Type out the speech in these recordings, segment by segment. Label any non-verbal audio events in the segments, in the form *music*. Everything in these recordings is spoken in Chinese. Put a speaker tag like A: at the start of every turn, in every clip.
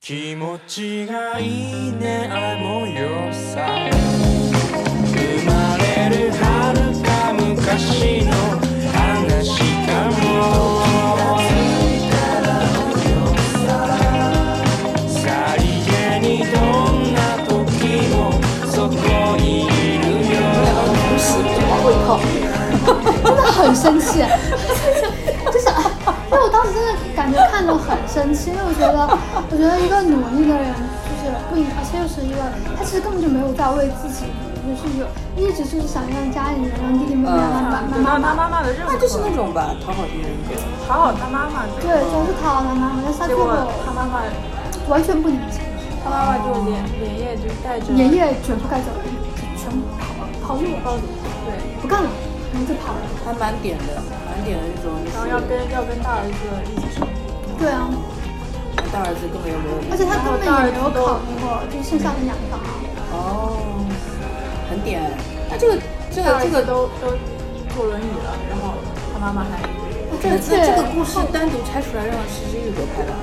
A: 気持ちがいいねあの夜さ生まれる遥か昔の話かもさりげにどんな時もそこにいるよ
B: 不洗就往后
C: *laughs*
B: 一扣，
C: 真的很生气， *laughs* 就是啊，因为我当时真的感觉看着很生气，因为我觉得，我觉得一个努力的人就是不应，而且又是一个，他其实根本就没有在为自己努力，就是有一直就是想让家里人、让弟弟妹妹、让爸爸妈
D: 妈妈
C: 妈
D: 妈妈的认
B: 那
D: 可，
B: 就是那种吧，讨好型人格。
D: 讨好他妈妈的。
C: 对，主要是讨好他妈妈，但是他
D: 结
C: 对
D: 果
C: 我
D: 他妈妈，
C: 完全不理解，
D: 他妈妈就连连夜就带着
C: 爷爷卷铺盖走了，全部跑跑去我包里，
D: 对，
C: 不干了，然后就跑了。
B: 还蛮点的，蛮点的这种，就
D: 然后要
B: 是
D: 跟要跟大儿子一起生活。
C: 对啊，
B: 大儿子根本就没有理
C: 而且他根本也没有考虑过，就剩下的两啊房。
B: 哦，很点。那这个这个
D: 大儿
B: 这
D: 子
B: 个
D: 都都坐轮椅了，然后他妈妈还
B: 这个
C: 而且
B: 这个故事单独拆出来让石之玉给拍吧。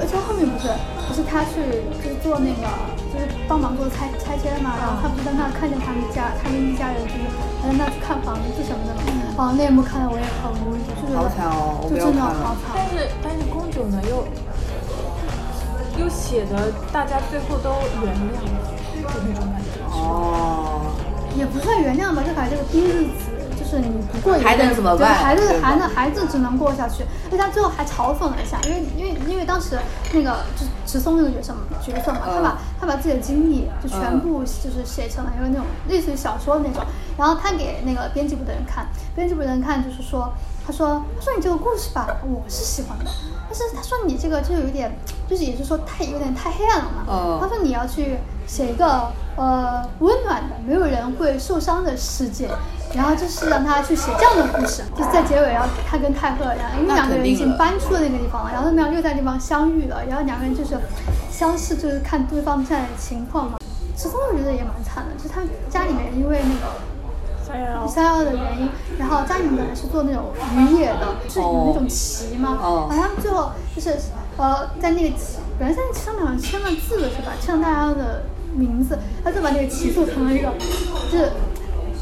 C: 而且后面不是不是他去就是做那个就是帮忙做拆拆迁嘛，然后他不是在那看见他们一家他们一家人就是还在那去看房子什么的嘛，然后那一幕看得我也很无语，就觉得
B: 嗯好惨哦我
C: 就
B: 不要
C: 真的
B: 看了
C: 好惨
D: 但。是但是公主呢又又写的大家最后都原谅了，就那种感觉。
B: 哦，
C: 也不算原谅吧，就感觉这个逼日子，就是你不过瘾
B: 还能怎么
C: 对
B: 办
C: 孩子
B: 对吧
C: 孩子孩子只能过下去。而且他最后还嘲讽了一下，因为因为因为当时那个就是直松那个角色嘛角色嘛，他
B: 嗯
C: 把他把自己的经历就全部就是写成了一个那种类似于小说那种，然后他给那个编辑部的人看，编辑部的人看就是说，他说他说你这个故事吧，我是喜欢的。但是他说你这个就有点，就是也是说太有点太黑暗了嘛。
B: 嗯
C: 他说你要去写一个呃温暖的、没有人会受伤的世界，然后就是让他去写这样的故事，就是在结尾，然后他跟泰赫，然后因为
B: 那
C: 两个
B: 肯
C: 人
B: 定
C: 已经
B: 了
C: 搬出了那个地方了，然后他们俩又在地方相遇了，然后两个人就是相视，就是看对方现在的情况嘛。其实我觉得也蛮惨的，就是他家里面因为那个
D: 三月
C: 三幺的原因，然后家里面本来是做那种渔业的，是有那种旗嘛，
B: 哦
C: 好像最后就是呃，在那个旗，本来在那旗上面好像签了字的是吧？签了大家的名字，他就把那个旗做成了一个，就是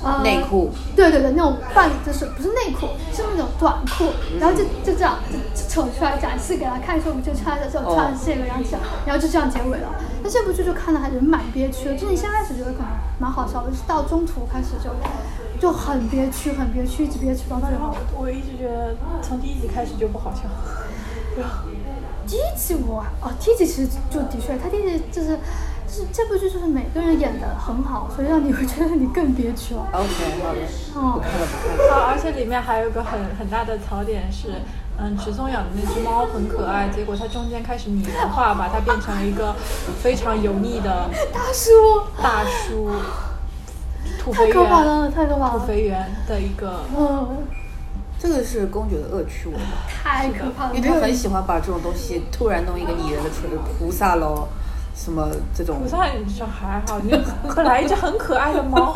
C: 呃
B: 内裤。
C: 对对对，那种半就是不是内裤，是那种短裤，然后就就这样就就扯出来展示给他看，说我就穿着这种穿着这个，然后这样，然后就这样结尾了。那这部剧就看的还是蛮憋屈的，就你先开始觉得可能蛮好笑的，就是到中途开始就就很憋屈，很憋屈，一直憋屈到最
D: 然后
C: 后。
D: 我一直觉得从第一集开始就不好笑，
C: 第一集我哦，第一集其实就的确，他第一集就是就是这部剧就是每个人演的很好，所以让你会觉得你更憋屈了。
B: OK，好的，
C: 哦、
B: 看了不看了？
D: 啊，而且里面还有一个很很大的槽点是，嗯，池松养的那只猫很可爱，结果它中间开始拟人化，把它变成了一个非常油腻的
C: 大叔，
D: 大叔，土
C: 太
D: 肥
C: 可怕
D: 圆，
C: 了，太可怕
D: 土
C: 了。
D: 肥圆的一个，
C: 嗯，
B: 这个是公主的恶趣味，
C: 啊太可怕了，
B: 因为她很喜欢把这种东西突然弄一个拟人的出来，菩萨喽，什么这种
D: 不。算你说还好，你本来一只很可爱的猫，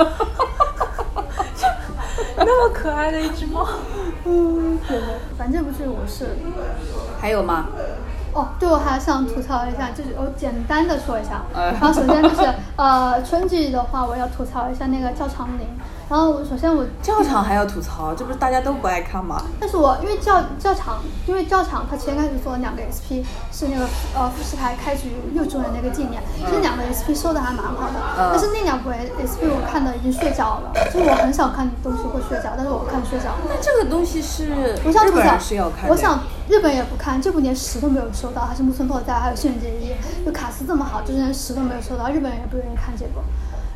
D: 那么可爱的一只猫，
C: 反正这部剧我是，
B: 还有吗？
C: 哦，对我还想吐槽一下，就是我简单的说一下。
B: 哎
C: 然后首先就是呃，春季的话，我要吐槽一下那个赵长林。然后我首先我
B: 教场还要吐槽，这不是大家都不爱看吗？
C: 但是我因为教教场，因为教场他前开始做了两个 SP，是那个呃富士台开局六周年的一个纪念，这两个 SP 收的还蛮好的，
B: 嗯
C: 但是那两部 SP 我看的已经睡着了，就是我很少看东西会睡着，但是我看睡着了。
B: 这个东西是
C: 我想
B: 日
C: 吐
B: 本
C: 槽
B: 人是要看，的，
C: 我想日本也不看，这部连十都没有收到，还是木村拓哉，还有新垣结衣，就卡斯这么好，就是连十都没有收到，日本人也不愿意看这部。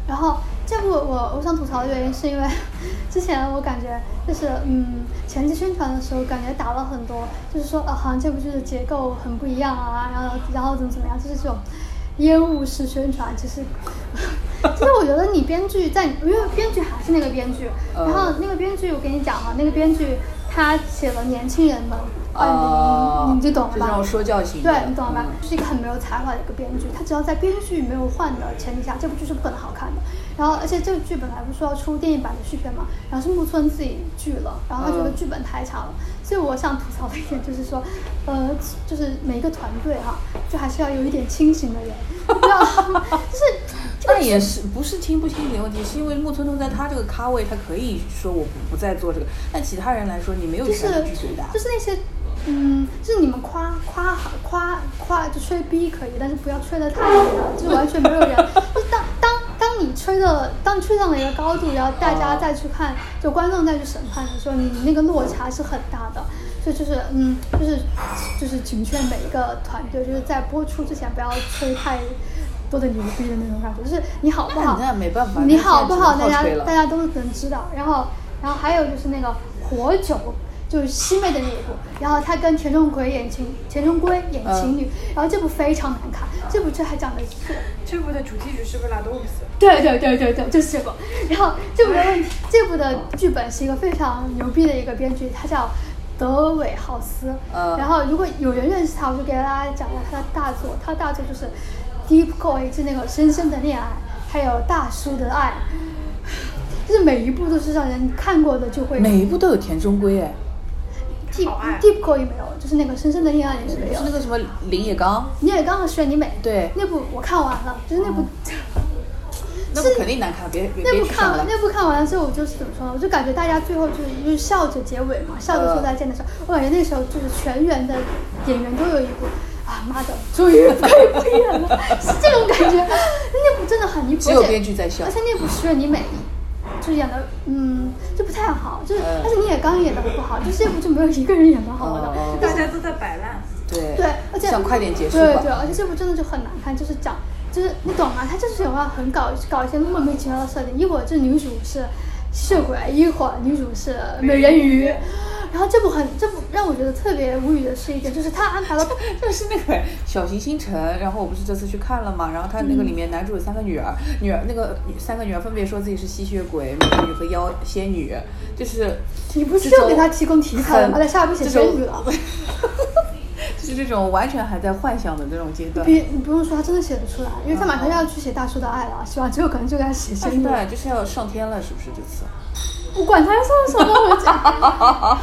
C: 然后这部我我想吐槽的原因是因为之前我感觉就是嗯前期宣传的时候感觉打了很多，就是说啊好像这部剧的结构很不一样啊，然后然后怎么怎么样，就是这种烟雾式宣传，其实。 *laughs* 其实我觉得啊你编剧在，因为编剧还是那个编剧，然后那个编剧我跟你讲哈、那个编剧他写了年轻人们，
B: 啊、
C: 哦你你就懂了
B: 就这
C: 吧
B: 种？说教型的，
C: 对，你懂了吧
B: 嗯？
C: 是一个很没有才华的一个编剧，他只要在编剧没有换的前提下，这部剧是不可能好看的。然后，而且这个剧本来不是说要出电影版的续篇嘛，然后是木村自己剧了，然后他觉得
B: 嗯
C: 剧本太长了。所以我想吐槽的一点就是说，呃，就是每一个团队哈、就还是要有一点清醒的人，不要 *laughs* 就是
B: 那也是不是清不清醒的问题，是因为木村拓哉他这个咖位，他可以说我不不再做这个，但其他人来说，你没有
C: 就是
B: 权利拒绝的啊。
C: 就是那些，嗯，就是你们夸夸好夸夸就吹逼可以，但是不要吹得太远了，就是完全没有人。就是当当当你吹的，当你吹上了一个高度，然后大家再去看，就观众再去审判的时候，你你那个落差是很大的。所以就是，嗯，就是就是请劝每一个团队，就是在播出之前不要吹太多的牛逼的那种感觉，就是你好不好？
B: 那那没办法
C: 你
B: 那现在
C: 好不
B: 只能
C: 好？
B: 靠
C: 大家
B: 吹了
C: 大家都能知道。然后，然后还有就是那个火酒，就是西妹的那一部，然后他跟田中圭演情田中圭演情侣，然后这部非常难看，这部剧还讲的是，
E: 这部的主题曲是不是 La d o s
C: 对对对对对，就是这部。然后这部的问题，这部的剧本是一个非常牛逼的一个编剧，他叫。德韦浩斯，
B: 嗯
C: 然后如果有人认识他，我就给大家讲一下他的大作。他的大作就是《Deep Core》，是那个深深的恋爱，还有《大叔的爱》，就是每一部都是让人看过的就会
B: 每一部都有田中圭哎，
C: deep
E: 好爱
C: deep core 也没有，就是那个深深的恋爱也是没有
B: 是。那个什么林野刚，
C: 你也刚好选你美，
B: 对
C: 那部我看完了，就是那部、
B: 那部肯定难看，别别
C: 那
B: 别
C: 部
B: 提
C: 看
B: 上
C: 完
B: 了。
C: 那部看完了之后，我就是怎么说呢？我就感觉大家最后就是就是笑着结尾嘛，笑
B: 嗯
C: 着说再见的时候，我感觉那时候就是全员的演员都有一股啊
B: *laughs*
C: 妈的，终于可以不演了，是这种感觉。那部真的很离谱，
B: 只有
C: 而且
B: 编剧在笑
C: 而且那部石原里美就演的嗯就不太好，就是、
B: 嗯
C: 但是你也刚演的不好，就这部就没有一个人演的好的。
B: 哦
E: 大家都在摆烂，
B: 对
C: 对，而且
B: 想快点结束
C: 对
B: 吧
C: 对，而且这部真的就很难看，就是讲，就是你懂吗？他就是有要很搞搞一些莫名其妙的设定，一会儿这女主是血鬼，一会儿女主是美人鱼，然后这部很这部让我觉得特别无语的是一点，就是他安排了
B: *laughs* 就是那个小行星城，然后我不是这次去看了嘛，然后他那个里面男主有三个女儿，女儿那个女三个女儿分别说自己是吸血鬼、美人鱼和妖仙女，就是
C: 你不是
B: 这
C: 就
B: 种
C: 给他提供题材了吗？
B: 很
C: 在下一部写
B: 这种
C: 仙女了，
B: *laughs* 就是这种完全还在幻想的这种阶段。
C: 别你不用说，他真的写得出来，因为他马上要去写大叔的爱了，写完之后可能就该写仙
B: 但是
C: 女了。
B: 对，就是要上天了，是不是这次？
C: 我管他上什么，我讲。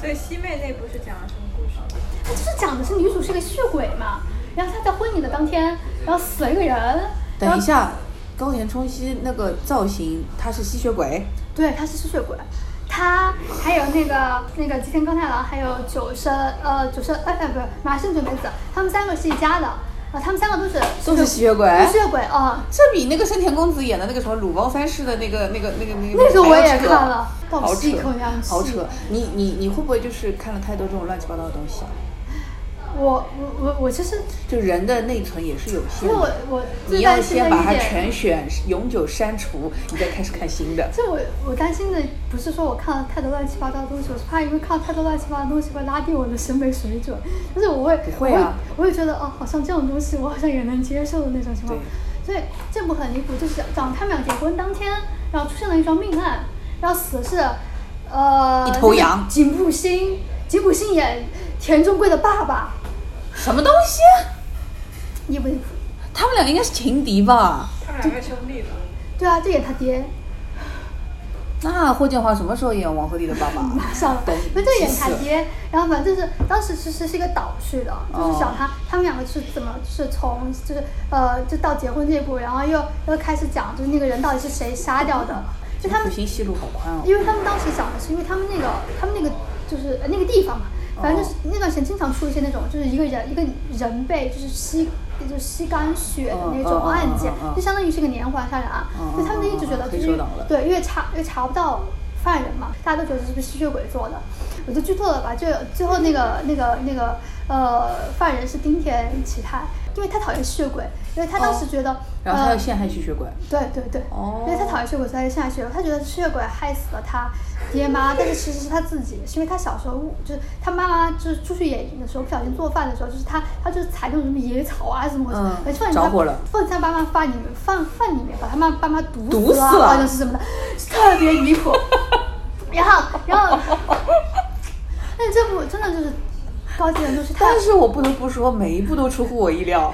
E: 所以西妹那部是讲了什么故事？
C: 他就是讲的是女主是个血鬼嘛，然后她在婚礼的当天，然后死了一个人，然
B: 等一
C: 后
B: 下，高田充希那个造型，他是吸血鬼，
C: 对，她是吸血鬼，她还有那个那个吉田刚太郎，还有九生呃九生哎哎不是麻生准备子，他们三个是一家的，啊他们三个都是
B: 都是吸血鬼。
C: 吸血鬼啊、
B: 这比那个深田恭子演的那个什么《鲁邦三世》的那个、那个、那个、那个，
C: 那个我也
B: 还要扯
C: 看了倒
B: 好扯
C: 吸一口凉，气
B: 好扯！你你你会不会就是看了太多这种乱七八糟的东西啊？
C: 我我我我其实
B: 就人的内存也是有
C: 其
B: 限
C: 实我
B: 的，
C: 我
B: 你
C: 最
B: 要
C: 担心的
B: 先把
C: 一
B: 它
C: 点。
B: 全选，永久删除，你再开始看新的。
C: 就我我担心的不是说我看了太多乱七八糟的东西，我是怕因为看了太多乱七八糟的东西会拉低我的审美水准，但是我会
B: 不会啊
C: 我会，我会觉得哦，好像这种东西我好像也能接受的那种情况
B: 对。
C: 所以这部很离谱，就是讲他们俩结婚当天，然后出现了一桩命案，然后死的是呃
B: 一头羊
C: 那个井部新，井部新演田中圭的爸爸，
B: 什么东西？
C: 啊离不离谱？
B: 他们两个应该是情敌吧？
E: 他们两个兄弟吧，
C: 对啊，就演他爹，
B: 那霍建华什么时候演王鹤棣的爸
C: *laughs*
B: 爸？
C: 马上了
B: 等，
C: 不就演
B: 气
C: 他
B: 死了
C: 爹，然后反正就是当时其实是一个倒叙的，就是讲他、他们两个是怎么是从就是呃就到结婚这一步，然后又又开始讲就是那个人到底是谁杀掉的，就他们
B: 复兴戏路好宽哦。
C: 因为他们当时讲的是因为他们那个他们那个就是呃那个地方嘛，
B: 哦
C: 反正就是那段时间经常出一些那种就是一个人一个人被就是吸就是吸干血的那种案件
B: 嗯嗯嗯嗯嗯，
C: 就相当于是一个连环杀人案
B: 嗯嗯，
C: 所以他们就一直觉得
B: 嗯嗯嗯
C: 就
B: 黑手
C: 是
B: 党了
C: 对越查越查不到。犯人嘛，大家都觉得是不是吸血鬼做的，我就剧透了吧。就最后那个那个那个呃，犯人是丁田启泰，因为他讨厌吸血鬼，因为他当时觉得、
B: 哦然后他
C: 呃
B: 要陷害吸血鬼，
C: 对对对，
B: 哦
C: 因为他讨厌吸血鬼，所以他就陷害吸血鬼。他觉得吸血鬼害死了他爹妈，但是其实是他自己，是因为他小时候误就是他妈妈就是出去野营的时候，不小心做饭的时候，就是他他就是采那种什么野草啊什么回事，
B: 嗯
C: 而且放进
B: 着
C: 他
B: 火了
C: 放进他爸妈饭里面饭饭里面，把他妈爸妈毒
B: 毒
C: 死哦
B: 死了
C: 好像是什么的，特别离谱。然后然后但是这部真的就是高级人
B: *laughs*
C: 都是太
B: 但是我不得不说，每一步都出乎我意料。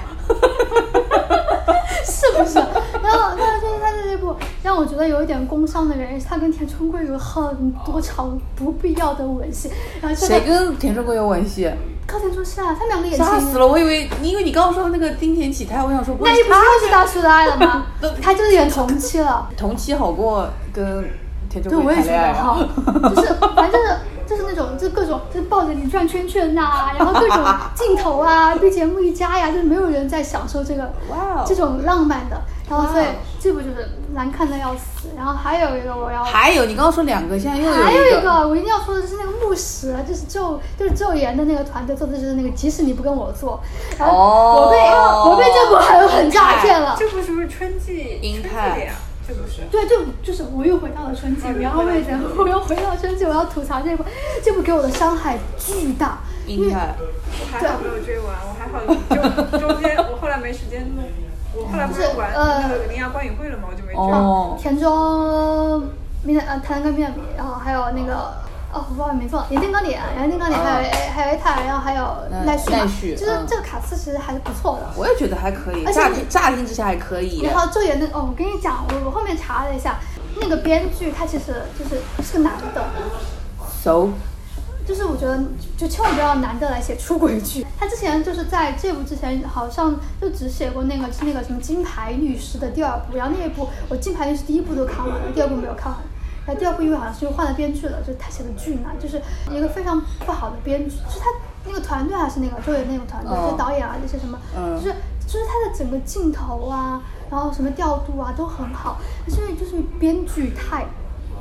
C: 是不是？然后，然后就是他的这部让我觉得有一点工伤的原因是，他跟田中圭有很多场不必要的吻戏，然后这
B: 谁
C: 个
B: 跟田中圭有吻戏？
C: 高田说是啊，他们两个演
B: 吓死
C: 戏。
B: 了！我以为你，因为你刚刚说那个丁田启泰，我想说不
C: 那一
B: 是
C: 不是
B: 他
C: 又是大叔的爱了吗
B: 不？
C: 他就是演同期
B: *laughs*
C: 了。
B: 同期好过跟田
C: 对，
B: 中
C: 我
B: 圭
C: 也
B: 谈
C: 觉
B: 恋爱
C: 得哈
B: 啊。，
C: 就是反正就是就是那种就各种就抱着你转圈圈呐、然后
B: *laughs*
C: 各种镜头啊，BGM 一加呀，就是没有人在享受这个
B: 哇哦
C: 这种浪漫的。然后所以
B: 哇哦
C: 这部就是难看的要死。然后还有一个我要
B: *laughs* 还有你刚刚说两个，现在又
C: 还有
B: 一
C: 一个我一定要说的就是那个牧师，就是咒就是咒言的那个团队做的就是那个，即使你不跟我做，然后
B: 哦
C: 我被、啊我被这部很很诈骗了。
E: 这部是不是春季？
B: 英
E: 春季
B: 泰
E: 的呀，这不是。
C: 对，就就是我又回到了春季，然后为人，我又回到春季，我要吐槽这部， *laughs* 这部给我的伤害巨大，因
B: 英
C: 为
B: 泰，
E: 我还好没有追完，我还好就中间我后来没时间弄，我后来不是
C: 就是
E: 玩
C: 呃
E: 那个《铃芽观影会》了吗？我就没追。
B: 哦，
C: 啊田中米奈呃，田中米奈米，然后还有那个。哦，我忘了名字了，岩田刚典，岩田刚典，还有、还有 A 塔，然后还有
B: 哦嗯
C: 赖旭嘛，
B: 赖旭
C: 就是
B: 嗯
C: 这个卡斯其实还是不错的。
B: 我也觉得还可以，
C: 而且
B: 乍听乍听之下还可以。
C: 然后就演那个哦，我跟你讲，我我后面查了一下，那个编剧他其实就是是个男的，
B: So
C: 就是我觉得就千万不要男的来写出轨剧。他之前就是在这部之前好像就只写过那个那个什么《金牌律师》的第二部，然后那一部我《金牌律师》第一部都看完了，第二部没有看完。然后第二部因为好像是又换了编剧了，就是他写的巨难，就是一个非常不好的编剧，就是他那个团队还是那个周围那个团队，
B: 哦
C: 就导演啊那些什么，
B: 嗯
C: 就是就是他的整个镜头啊，然后什么调度啊都很好，但是因为就是编剧太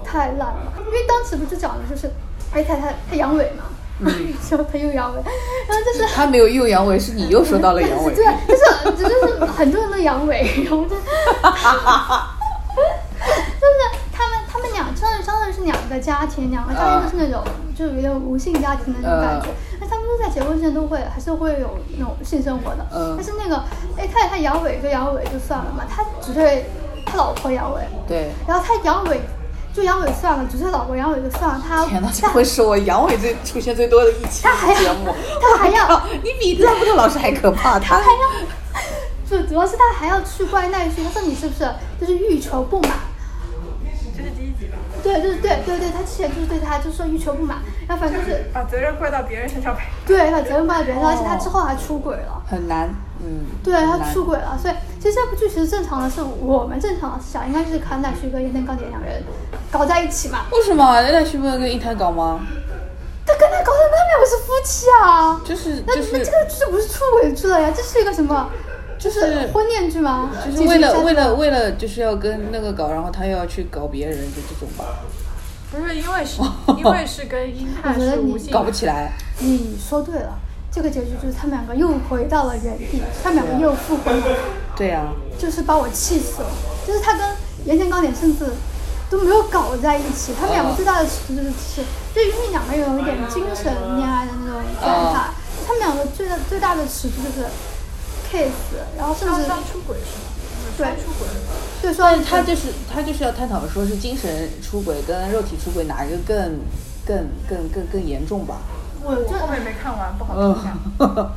C: 太烂了，因为当时不就讲的就是，哎，他他他阳痿嘛， *laughs* 然后他又阳痿，然后就是
B: 他没有又阳痿，是你又说到了阳痿。
C: 对， *laughs* 就是就是很多人都阳痿， *laughs* 然后
B: *laughs*
C: 就，就是他们他们两相当于相当于是两个家庭，两个家庭都是那种、就是有点无性家庭的那种感
B: 呃
C: 觉。那、他们都在结婚之前都会还是会有那种性生活的，
B: 嗯
C: 但是那个哎他他阳痿就阳痿就算了嘛，他只对他老婆阳痿，
B: 对，
C: 然后他阳痿就阳痿算了，只对老婆阳痿就算了，他
B: 天哪，这会是我阳痿最出现最多的一期
C: 他还要
B: 节目。
C: 他还 *laughs* 要
B: 靠你比赖布特老师还可怕，他
C: 还要，哎就主要是他还要去怪奈绪，他说你是不是就是欲求不满？
E: 这是第一集吧？
C: 对，就是对对对，他之前就是对他就是说欲求不满，然后反正就是
E: 把责任怪到别人身上呗。
C: 对把责任怪别
B: 哦
C: 人，而且他之后还出轨了。
B: 很难，嗯，
C: 对，
B: 很
C: 他
B: 难
C: 出轨了，所以其实这部剧其实正常的是我们正常的思想应该是康乃旭跟叶天钢铁两人搞在一起嘛，
B: 为什么赖旭不能跟一太搞吗？
C: 他跟他搞成他们两个是夫妻啊，
B: 就是
C: 那、
B: 就是
C: 那这个这不是出轨剧了呀，这是一个什么？
B: 就是
C: 婚恋剧吗？
B: 就是为了为
C: 了
B: 了为了就是要跟那个搞，然后他又要去搞别人，就这种吧，
D: 不是因为是，因为是跟英泰
C: 我觉得
D: 是
C: 你
D: 无性
B: 搞不起来。
C: 你嗯说对了，这个结局就是他们两个又回到了原地，他们两个又复婚了，
B: 对啊呀、
C: 就是把我气死了。就是他跟岩田刚典甚至都没有搞在一起，他们两个最大的尺度就是吃，就因为两个人有一点精神恋爱的那种状态，他们两个最大最大的尺度就是 kiss，然后甚
E: 刚
C: 至
E: 刚出轨是吗？
C: 对
E: 出轨
C: 对说
B: 他就是他就是要探讨说是精神出轨跟肉体出轨哪一个更更更更更严重吧？
C: 我就
E: 我后面没看完，不好
B: 嗯 *laughs*
E: 评价。，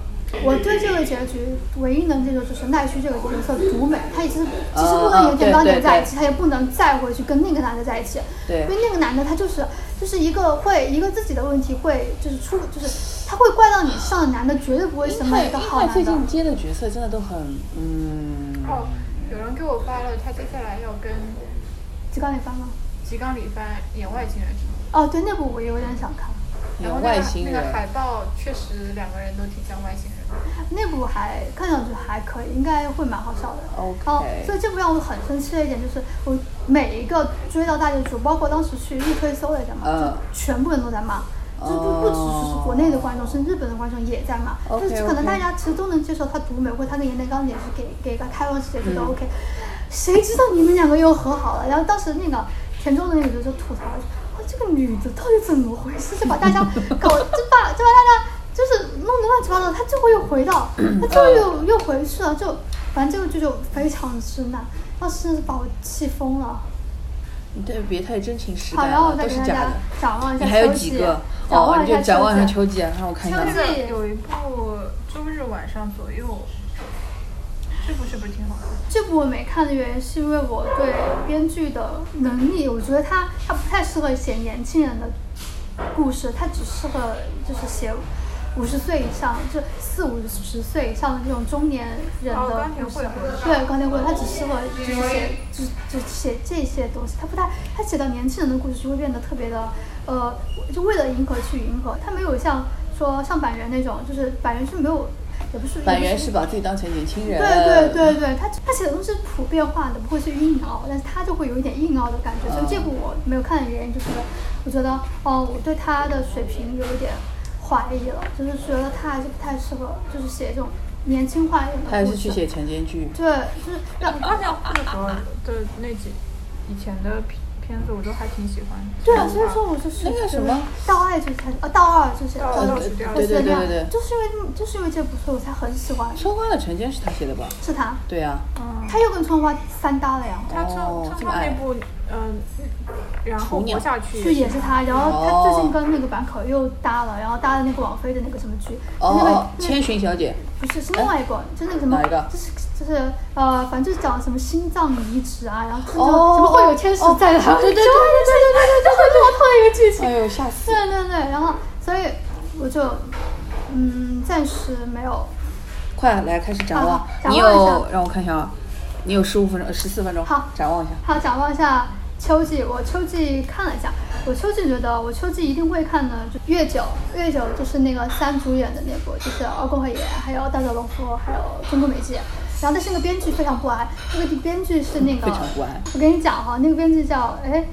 C: 我对这个结局唯一能接受就是奈绪这个角色独美，她其实其
B: 哦
C: 实不跟有田刚典在一起，她也不能再回去跟那个男的在一起，
B: 对
C: 因为那个男的他就是就是一个会一个自己的问题会就是出就是他会怪到你上的男的绝对不会是什么一个好
B: 英
C: 男
B: 泰最
C: 的
B: 近，接的角色真的都很嗯，
E: 哦，有人给我发了，他接下来要跟
C: 吉冈里帆吗？
E: 吉冈里帆演外星人是吗？
C: 哦，对，那部我有点想看，
E: 然
B: 演
E: 后那
B: 外
E: 个
B: 星人。
E: 那个海报确实两个人都挺像外星人的。
C: 那部还看上去还可以，应该会蛮好笑的。
B: OK
C: 哦，所以这部让我很生气的一点就是，我每一个追到大结局，包括当时去日推搜了一下嘛，
B: 嗯
C: 就全部人都在骂。就不不只是是国内的观众，是日本的观众也在骂。
B: OK，
C: 就是可能
B: OK
C: 大家其实都能接受他独美，或者他跟岩田刚典是给给个开放式结局都 OK。谁知道你们两个又和好了？然后当时那个田中的那个角色吐槽了，哇，这个女的到底怎么回事？就把大家搞，就把就把大家就是弄得乱七八糟，她最后又回到，她最后又又回去了，就反正这个剧就非常之难，当时把我气疯了。
B: 你对别太真情实
C: 好，
B: 感
C: 然后
B: 了，
C: 我再
B: 都
C: 给
B: 是
C: 大
B: 假
C: 家
B: 的。
C: 展望一下
B: 你还有
C: 秋
B: 几
C: 季
B: 个？
C: 展
B: 哦，
C: 望
B: 你
C: 一
B: 就
C: 下
B: 展望一下
C: 秋季
B: 秋季，让我看一下
C: 秋
E: 那
C: 季。
E: 个有一部周日晚上左右，这部是不是挺好的？
C: 这部我没看的原因是因为我对编剧的能力，我觉得他他不太适合写年轻人的故事，他只适合就是写五十岁以上，就四五十岁以上的这种中年人
E: 哦
C: 的
E: 钢铁
C: 故事
E: 会合。
C: 对，钢铁会，他只适合就是写就是就写这些东西，他不太他写到年轻人的故事就会变得特别的呃，就为了迎合去迎合，他没有像说像板垣那种，就是板垣是没有。也不是，也不
B: 板垣是把自己当成年轻人，
C: 对对对
B: 嗯
C: 对，他他写的都是普遍化的，不会去硬凹，但是他就会有一点硬凹的感觉。所以
B: 嗯
C: 这部我没有看的原因就是，我觉得哦，我对他的水平有一点怀疑了，就是觉得他还是不太适合，就是写这种年轻化一点的
B: 他还
C: 故
B: 是
C: 事。
B: 去写强奸剧。
C: 对，就是让
E: 钢铁会合的那几以前的片片子我都还挺喜欢的。
C: 对啊，所以说我就是
B: 那个什么
C: 道爱之前，呃，道二之前，
E: 道
B: 呃
E: 二
C: 就
E: 倒是这样
B: 对对
C: 是这
B: 对
C: 样
B: 对对，
C: 就是因为就是因为这部，所以我才很喜欢
B: 春花的成见是他写的吧？
C: 是他，
B: 对啊，
E: 嗯，
C: 他又跟春花三搭了呀。
E: 他
B: 哦
E: 村
B: 这
E: 村
B: 么
E: 上
B: 爱
E: 那部，嗯，然后
B: 厨娘
E: 活下去
C: 剧
E: 也
C: 也
E: 是
C: 是他，然后
B: 哦
C: 他最近跟那个坂口又搭了，然后搭了那个王菲的那个什么剧，那个
B: 哦，
C: 那
B: 千寻小姐，
C: 不是是另外一个，就那个什么，
B: 哪一个
C: 就是就是呃，反正就是讲什么心脏移植啊，然后什
B: 哦
C: 么什么会有天使在的，
B: 哦对对对对对对
C: 对对，就很落拓的一个剧情
B: 哎，呦吓死！
C: 对对对，然后所以我就嗯暂时没有
B: 快来开始展望
C: 好，展望
B: 你
C: 一
B: 有
C: 下
B: 让我看一下啊，你有十五分钟，呃十四分钟，
C: 好
B: 展望一下。
C: 好，展望一下秋季，我秋季看了一下，我秋季觉得我秋季一定会看的，就月九，月九就是那个三主演的那部，就是敖宫和也，还有大泽隆夫，还有中国美纪。然后，但是那个编剧非常不安，那个编剧是那个
B: 非常不安
C: 我跟你讲哈、那个编剧叫哎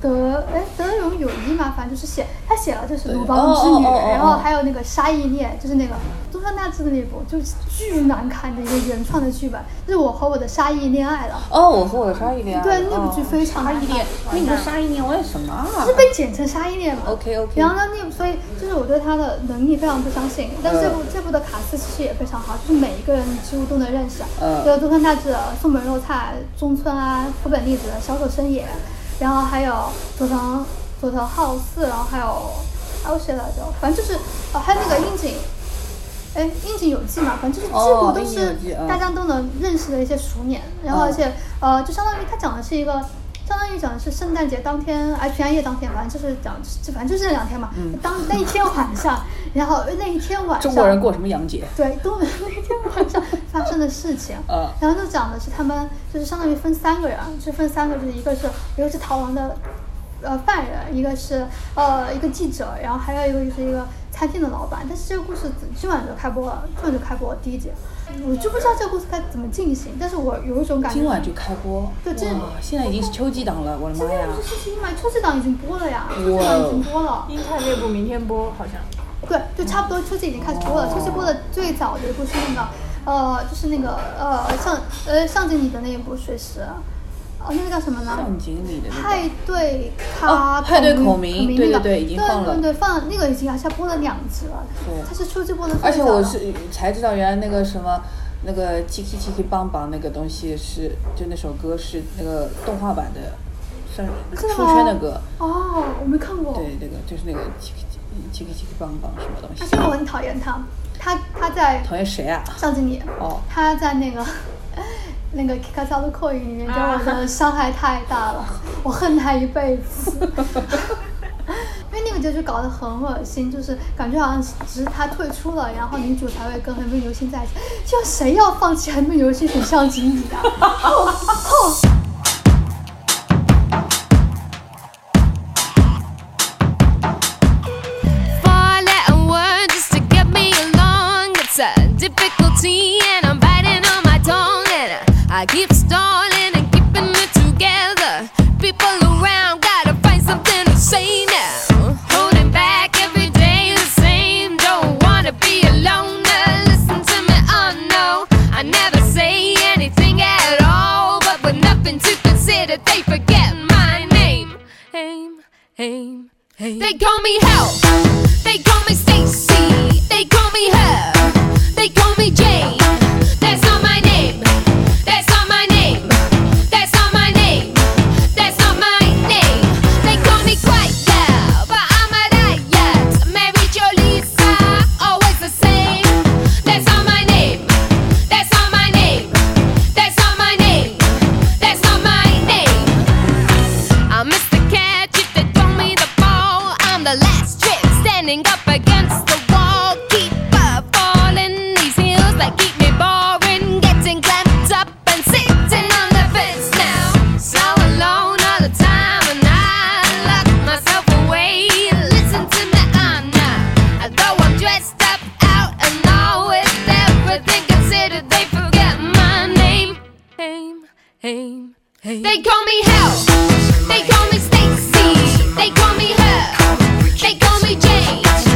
C: 德哎德永友一嘛，反正就是写他写了就是《鲁邦之女
B: 哦哦哦哦》，
C: 然后还有那个《杀意念》，就是那个东山大志的那部，就是巨难看的一个原创的剧本，就是我和我的杀意恋爱了。
B: 哦，我和我的鲨鱼恋爱了，
C: 对，那部剧非常
B: 鲨
C: 难
B: 鱼
C: 看
B: 恋，，那部鲨鱼恋我也什么啊？
C: 是被剪成沙溢恋嘛
B: OK，OK
C: 然后呢，那部所以就是我对他的能力非常不相信，
B: 嗯
C: 但是这部、这部的卡斯其实也非常好，就是每一个人几乎都能认识，
B: 嗯
C: 有中村大志、松本肉菜、中村啊、福本粒子、小手伸也，然后还有佐藤佐藤浩四，然后还有还有谁来着？反正就是哦，还有那个樱井。哎，樱井有纪嘛，反正就是
B: 哦
C: 几乎都
B: 樱井有
C: 是
B: 纪嗯
C: 大家都能认识的一些熟年，然
B: 哦
C: 后而且呃，就相当于他讲的是一个，相当于讲的是圣诞节当天，哎，平安夜当天，反正就是讲，就反正就是这两天嘛。当那一天晚上，然后那一天晚上，
B: 嗯中国人过什么洋节？，
C: 对，东 *laughs* 北那天晚上发生的事情
B: 嗯
C: 然后就讲的是他们就是相当于分三个人，啊就分三个，就是一个是一个是逃亡的呃犯人，一个是呃一个记者，然后还有一个就是一个餐厅的老板。但是这个故事只今晚就开播了，今晚就开播第一集，我就不知道这个故事该怎么进行，但是我有一种感觉，
B: 今晚就开播，
C: 对这
B: 哇，现在已经是秋季档了，我的
C: 现
B: 妈
C: 在
B: 呀！
C: 不是事情嘛，秋季档已经播了呀，秋季档已经播了。
E: 英泰那部明天播，好像
C: 对，就差不多秋季已经开始播了。秋季播的最早的一部是那个，呃，就是那个呃上呃上镜里的那一部《水石》，哦，那个叫什么呢？
B: 向经理的那个
C: 派对咖
B: 哦
C: 孔明、
B: 派对孔
C: 孔
B: 明
C: 明
B: 对
C: 那
B: 对
C: 个
B: 对已经放了
C: 对对对，放了那个已经而且播了两集了
B: 对，
C: 它是秋季播的最早
B: 而且我
C: 的
B: 是才知道，原来那个什么，那个 “chiki chiki 棒棒”那个东西是，就那首歌是那个动画版的，算
C: 真的
B: 出
C: 吗
B: 圈的歌。
C: 哦，我没看过，
B: 对，那个就是那个 “chiki chiki chiki 棒棒”什么东
C: 而且我
B: 西。
C: 很讨厌他，他他在
B: 讨厌谁啊？
C: 上经理，
B: 哦
C: 他在那个 *laughs* 那个《Kika s a l o 里面给我的伤害太大了， *laughs* 我恨他一辈子。 *laughs* 因为那个结局搞得很恶心，就是感觉好像只是他退出了，然后女主才会跟横滨流星在一起。要谁要放弃横滨流星选项经理啊？好好
F: four letter word just to get me along. It's a difficulty, and I'm biting on my tongue. And I keep stalling and keeping it together. People around gotta find something to say now. Holding back every day the same. Don't wanna be alone. Listen to me, oh no. I never say anything at all, but with nothing to consider, they forget my name. Aim, aim. They call me help. They call me Stacy. They call me her. They call me Jane. That's not my name. That's not my name. That's not my name. That's not my Uh, aim, aim. They call me Hell. They call me Stacy. They call me her. They call me Jane.